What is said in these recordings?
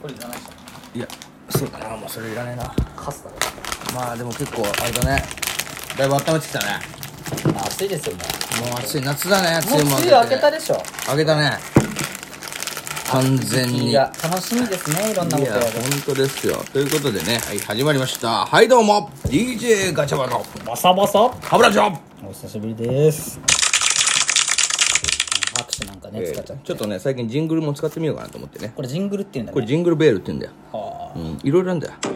これいらないしいやそうだなもうそれいらねえなカスだねまあでも結構あれだねだいぶ温めてきたねまあ暑いですよねもう暑い夏だねもう梅雨明けたでしょ開けたね完全にいいやや楽しみですねいろんな本ことやる当ですよということでねはい始まりましたはいどうも DJ ガチャバのバサバサハブラジオお久しぶりです拍手なんかねえ使っちゃっーてちょっとね最近ジングルも使ってみようかなと思ってねこれジングルっていうんだこれねジングルベールって言うんだよはあうんいろいろなんだよはい、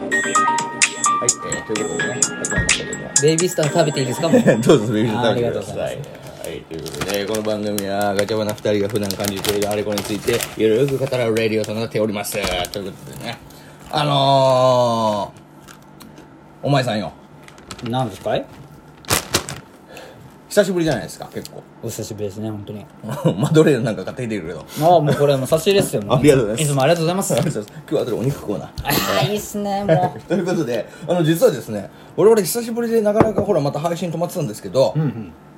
えー、ということでね始まりましたけどもベイビースター食べていいですかもう どうぞビあールーあ食りべてがくとうだございさますい。はい、ということで、この番組はガチャバナ2人が普段感じているあれこれについて、ゆるく語らうレディオとなっております。ということでね、あのー、お前さんよ、何ですかい久しぶりじゃないですか、結構。 お久しぶりですね本当にマドレーヌなんか買ってきてるけど。 ああもうこれもう差し入れですよもありがとうございますいつもありがとうございます今 日は後でお肉コーナー。ああいいっすねもということで、あの、実はですね、我々久しぶりでなかなかほらまた配信止まってたんですけど、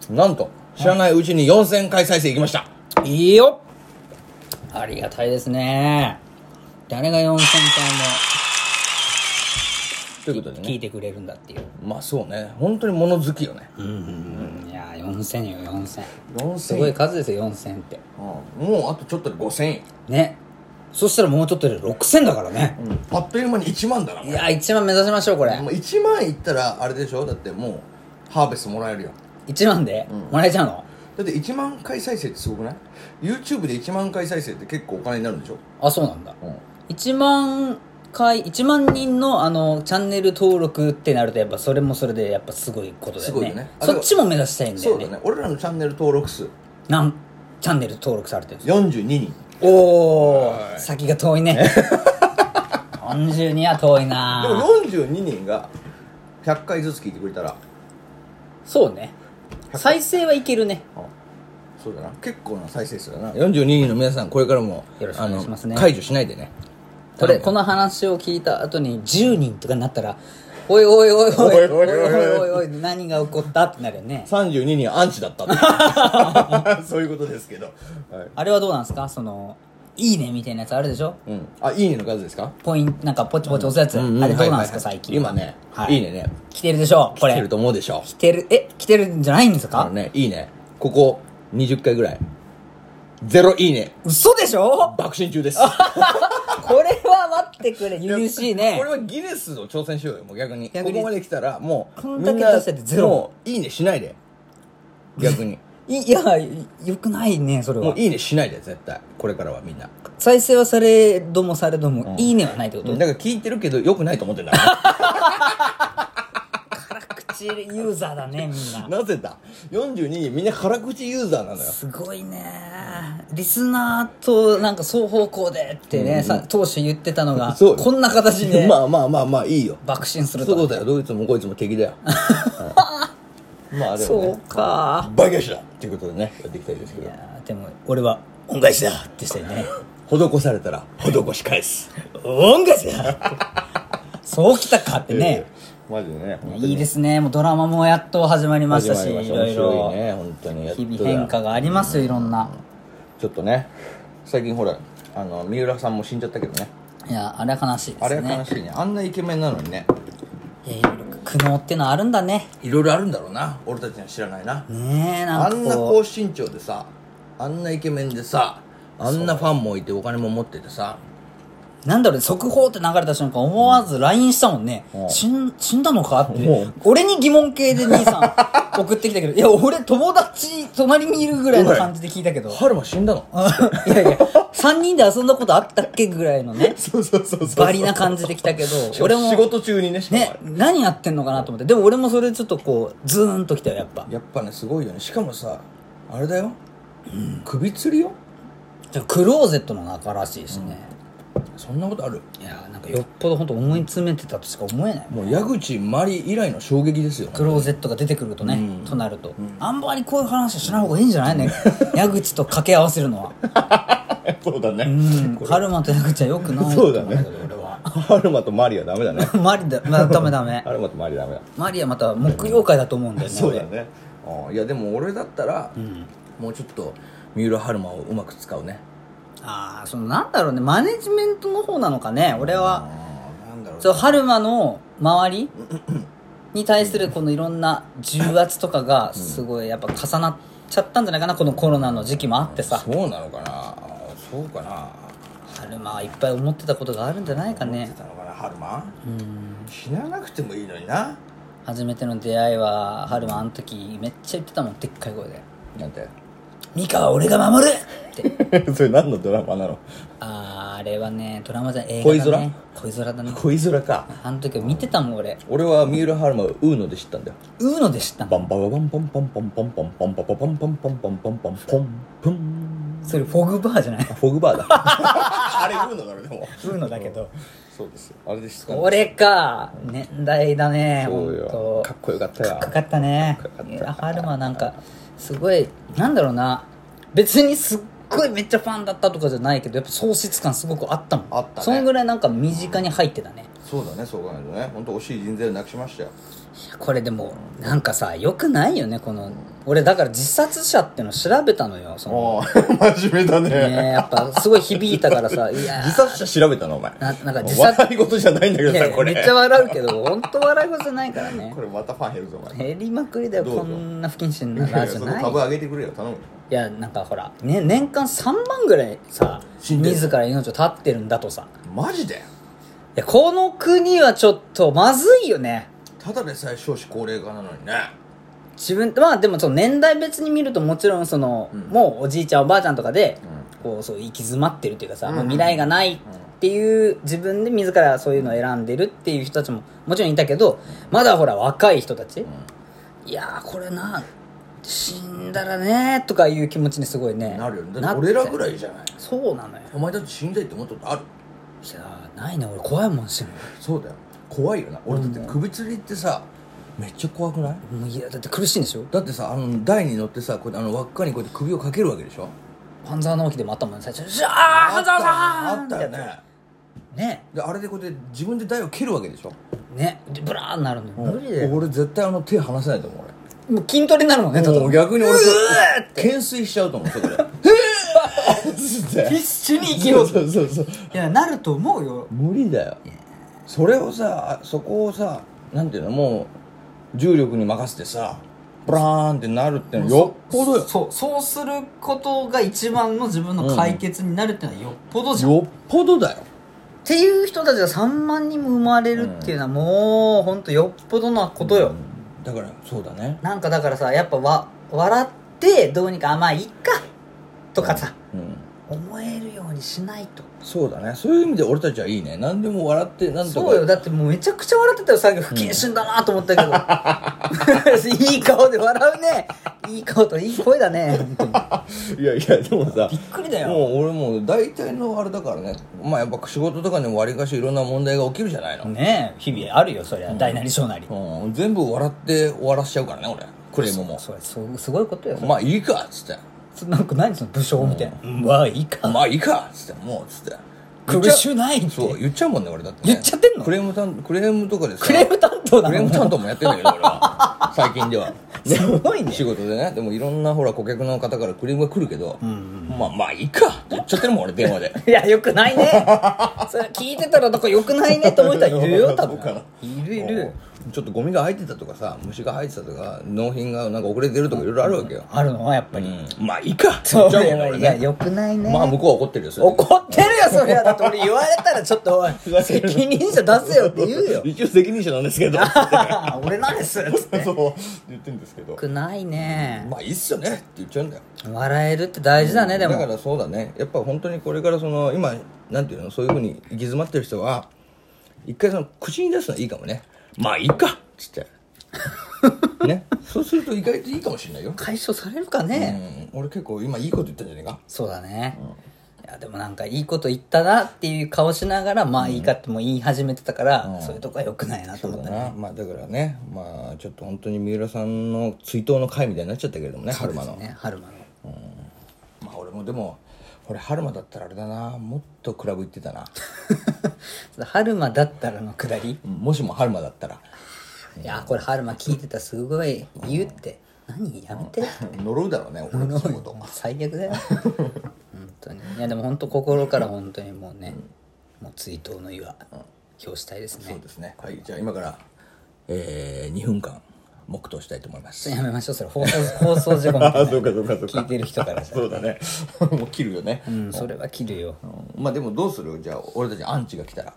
なんと、知らないうちに4000回再生いきました。ういいよありがたいですね誰が4000回もということでね。聞いてくれるんだっていうまあそうね本当に物好きよね、いやー4000よ4000す4000ごい数ですよ4000ってうんもうあとちょっとで5000よ、ねそしたらもうちょっとで6000だからねあっという間に1万だないやー1万目指しましょうこれもう1万いったらあれでしょだってもうハーベストもらえるよ1万でもらえちゃうのだって1万回再生ってすごくない YouTube で1万回再生って結構お金になるんでしょ、あそうなんだうん、 1万回1万人のあのチャンネル登録ってなるとやっぱそれもそれでやっぱすごいことだすよごいねよねあれそっちも目指したいんだそようだねね俺らのチャンネル登録数何チャンネル登録されてるんですか42人おお先が遠い ね42は遠いでもな42人が100回ずつ聞いてくれたらそうね再生はいけるねそうだな結構な再生数だな42人の皆さんこれからもよろしくお願いしますねあの解除しないでねこれこの話を聞いた後に10人とかになったらおいおいおいおいおおいいおおいいおいおいおいおい何が起こったってなるよね32人アンチだったってそういうこと ですけど、はいあれはどうなんですかそのいいねみたいなやつあるでしょうん、あいいねの数ですかポイントなんかポチポチ押すやつ、あれどうなんですか、はいはいはい最近今ね、、はいい、いねね来てるでしょこ来てれると思うでしょ来てるえ来てるんじゃないんですあかのねいいねここ20回ぐらいゼロいいね嘘でしょ爆心中ですこれは待ってくれ優しいねこれはギネスを挑戦しようよもう逆に逆にここまで来たらもうこんだけみな出しててゼロもういいねしないで 逆にいいやよくないねそれもはういいねしないで絶対これからはみんな再生はされどもされども、いいねはないってこと、だから聞いてるけどよくないと思ってんだから口ユーザーだねみんな なぜだ42人みんな辛口ユーザーなのよすごいねリスナーとなんか双方向でってね、さ当初言ってたのがそうよこんな形で まあまあまあまあいいよ爆心するとそはうだよどいつもこいつも敵 だよ、はいまあでもそうねか倍返しだっていうことでねやっていきたいですけいどやでも俺は恩返しだってしたよね施されたら施し返す恩返しだそうきたかってね、えーマジでねいいですねもうドラマもやっと始まりましたし始まりいまろいした面白いろね本当にやっと日だ々変化がありますよいろんな、ちょっとね最近ほらあの三浦さんも死んじゃったけどねいやあれは悲しいですねあれは悲しいねあんなイケメンなのにねいやいろいろ苦悩ってのはあるんだねいろいろあるんだろうな俺たちには知らないなねえなあんかんなこう高身長でさあんなイケメンでさあんなファンもいてお金も持っててさなんだろう、速報って流れた瞬間、思わず LINE したもんね。うん死ん死んだのかってうん。俺に疑問系で兄さ ん送ってきたけど、いや、俺友達、隣にいるぐらいの感じで聞いたけど。春馬死んだのいやいや、3人で遊んだことあったっけぐらいのね、 そうそうそうそうバリな感じで来たけど、俺も、仕事中にねしかもね、何やってんのかなと思って。でも俺もそれちょっとこう、ズーンと来たよ、やっぱ。やっぱねすごいよねしかもさあれだよ、首吊りよでクローゼットの中らしいしね。そんなことあるいや、なんかよっぽど本当思い詰めてたとしか思えない。もう矢口真理以来の衝撃ですよクローゼットが出てくるとね、となると、あんまりこういう話はしない方がいいんじゃない ね矢口と掛け合わせるのは そうだうねんカルマと矢口はよくないそうだねと思うんだけど俺は春馬と真理はダメだねマリだ、まあ、ダメダ メ春馬と真理ダメだマリはまた木曜会だと思うんだよねそうだねあーいやでも俺だったら、もうちょっと三浦春馬をうまく使うね俺ああそのなんだろうねマネジメントの方なのかね俺はあーなんだろうそう春馬の周りに対するこのいろんな重圧とかがすごいやっぱ重なっちゃったんじゃないかなこのコロナの時期もあってさそうなのかなそうかな春馬はいっぱい思ってたことがあるんじゃないか思っねてたのかな春馬うん死ななくてもいいのにな初めての出会いは春馬あの時めっちゃ言ってたもんでっかい声でなんて「ミカは俺が守る!」ってそれ何のドラマなのあーあれはねドラマじゃ映恋画空だね恋空だね恋空かあの時見てたもん俺俺は三浦春馬をウーノで知ったんだよウーノで知ったのバンバババンバンバンバンバンバンバンバババンバンバンバンバンバンポンポンそれフォグバーじゃないあフォグバーだあれウーノだろでもウーノだけどそうですよあれで知ったんだ俺か年代だねそうよ本当かっこよかったかよっこよかったねかっこよかったいや春馬なんかすごいなんだろうな別にすっごいめっちゃファンだったとかじゃないけどやっぱ喪失感すごくあったもんあったねそんぐらいなんか身近に入ってたねそうだねそう考えるとね本当惜しい人生をなくしましたよいやこれでもなんかさよくないよねこの俺だから自殺者っての調べたのよそのああ真面目だねねやっぱすごい響いたからさい や自殺者調べたのお前ななんか自殺笑い事じゃないんだけどいやいさやこれめっちゃ笑うけど本当笑い事じゃないからねこれまたファン減るぞお前減りまくりだよどうぞこんな不謹慎いなやいラやジそオのない株上げてくれよ頼むよいやなんかほら、ね、年間3万ぐらいさ死んでる自ら命を絶ってるんだとさマジでいやこの国はちょっとまずいよねただでさえ少子高齢化なのにね自分まあでもその年代別に見るともちろんその、もうおじいちゃんおばあちゃんとかで、こうそう行き詰まってるというかさ、うんもう未来がないっていう自分で自らそういうのを選んでるっていう人たちももちろんいたけどまだほら若い人たち、いやーこれな死んだらねーとかいう気持ちにすごいねなるよねだって俺らぐらいいじゃないそうなのよお前だって死んだいって思ったことあるいやーないね俺怖いもん死ぬそうだよ怖いよな俺だって首吊りってさめっちゃ怖くないもういやだって苦しいんでしょだってさあの台に乗ってさこうやってあの輪っかにこうやって首をかけるわけでしょ半沢直樹でもあったもんね最初「ああ半沢さん!」あったよみたいねなねであれでこうやって自分で台を蹴るわけでしょねでブラーンなるのよ無理だよ俺絶対あの手離せないと思う俺もう筋トレになるもんねただもう逆に俺そううーって懸垂しちゃうと思うそこで 必死に生きようとそうそうそういやなると思う よ無理だよそれをさあそこをさなんていうのもう重力に任せてさブラーンってなるってのよっぽどよそうそうすることが一番の自分の解決になるっていうのはよっぽどじゃん、っよっぽどだよていう人たちが3万人も生まれるっていうのはもうほんとよっぽどなことよ、だからそうだねなんかだからさやっぱわ笑ってどうにかあまあいっかとかさ、うん思えるようにしないとそうだねそういう意味で俺たちはいいね何でも笑って何とかそうよだってもうめちゃくちゃ笑ってたよさっき不謹慎だなと思ったけ ど、いい顔で笑うねいい顔といい声だね本当にいやいやでもさびっくりだよもう俺もう大体のあれだからねまあやっぱ仕事とかでもわりかしいろんな問題が起きるじゃないの、ねえ日々あるよそりゃ、大なり小なりうん、全部笑って終わらしちゃうからね俺クレームもそれそうすごいことよそれまあいいかっつってそなんか何その武将みたいな、うんまあいいかまあいいかっつってもうっつって苦しゅないってそう言っちゃうもんね俺だって、ね、言っちゃってんのクレーム担クレームとかでさクレーム担当なクレーのム担当もやってんだけど俺 は最近ではすごいね仕事でねでもいろんなほら顧客の方からクレームが来るけど、まあまあいいかって言っちゃってるもん俺電話でいやよくないねそれ聞いてたらなんかよくないねと思う人はいるよ多そうかな分いるいるうんちょっとゴミが入ってたとかさ虫が入ってたとか納品がなんか遅れてるとかいろいろあるわけよ、あるのはやっぱり、うんまあいいかって言そっちゃうれもんねは俺いやねよくないね、まあ向こうは怒ってるよそれで怒ってるよそれはだって俺言われたらちょっとおいざけんな責任者出せよって言うよ 一応責任者なんですけど 俺なんですっつってよ そう言ってるんですけどくないねまあいいっすよねって言っちゃうんだよ笑えるって大事だねでだかもらそうだねやっぱ本当にこれからその今なんていうのそういうふうに行き詰まってる人は一回その口に出すのはいいかもねまあいいかっつ ってねそうすると意外といいかもしれないよ、解消されるかうねん、俺結構今いいこと言ったんじゃねえかそうだねいやでもなんかいいこと言ったなっていう顔しながらまあいいかっても言い始めてたからそういうとこはよくないなとそ思っうただねなまあだからねまあちょっと本当に三浦さんの追悼の会みたいになっちゃったけれどもね春馬のね春馬の まあ俺もでも俺春馬だったらあれだなもっとクラブ行ってたな春馬だったらのくだりうんもしも春馬だった らいやこれ春馬聞いてたらすごい言うって何やめて 呪うだろうね俺のこと最悪だよ本当にいやでも本当心から本当にもうね、もう追悼の意は表したいですそうね、ですね。はい、じゃあ今から、えー、2分間、黙祷したいと思い ます。やめましょうそれ放送放送事故み たいなそうかそうかそうか聞いてる人からさ そうだね。もう切るよね。うんそれは切るようんまあでもどうするじゃあ俺たちアンチが来たら。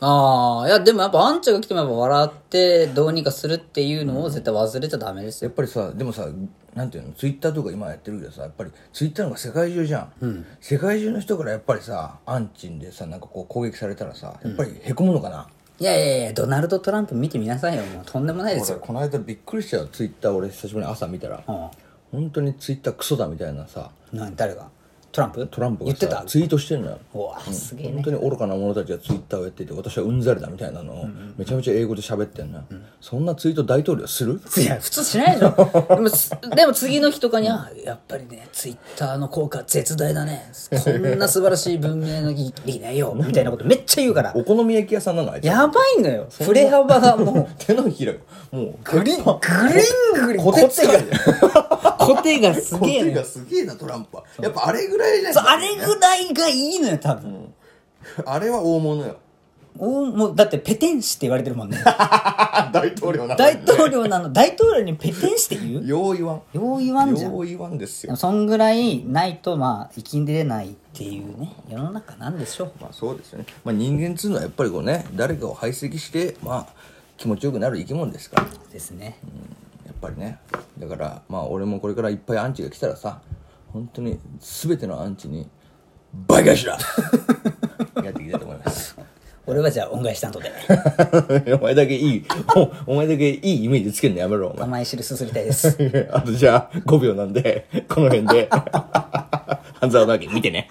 ああいやでもやっぱアンチが来てもやっぱ笑ってどうにかするっていうのを絶対忘れちゃダメですやよっぱりさ、でもさ、なんていうの、ツイッターとか今やってるけどさ、やっぱりツイッターの方が世界中じゃん。世界中の人からやっぱりさ、アンチでさ、なんかこう攻撃されたらさ、やっぱりへこむのかな。いやいやいやドナルド・トランプ見てみなさいよもうとんでもないです俺よこの間びっくりしたよ、ツイッター俺久しぶりに朝見たら。うん本当にツイッタークソだみたいなさ、何誰がトランプトランプが言ってさたツイートしてんのよ。うわすげえ本ね当に愚かな者たちがツイッターをやってて私はうんざりだみたいなのをめちゃめちゃ英語で喋ってんのよ、そんなツイート大統領するいや普通しないでし ょでもすでも次の日とかにはやっぱりねツイッターの効果絶大だねこんな素晴らしい文明の技技ないよみたいなことめっちゃ言うからお好み焼き屋さんなのあいつやばいのよ振れ幅がもう手のひらがもうグリン グリングリンコテつかんでコテがすげえ手のよがすげえなトランプはやっぱあれぐらいじゃそうないあれぐらいがいいのよ多分、あれは大物よおもうだってペテン師って言われてるもん ね大統領なの大統領なの大統領にペテン師って言うよう言わんよう言わんじゃんよう言わんですでよもそんぐらいないとまあ生きれないっていうね世の中なんでしょうまあそうですよね、まあ、人間っつうのはやっぱりこうね誰かを排斥してまあ気持ちよくなる生き物ですからですねやっぱりねだからまあ俺もこれからいっぱいアンチが来たらさ本当に全てのアンチに「倍返しだ! 」やっていきたいと思います俺はじゃあ恩返し担当で お前だけいいおお前だけいいイメージつけるのやめろお前 甘い汁すすりたいです あとじゃあ5秒なんでこの辺で半沢直樹見てね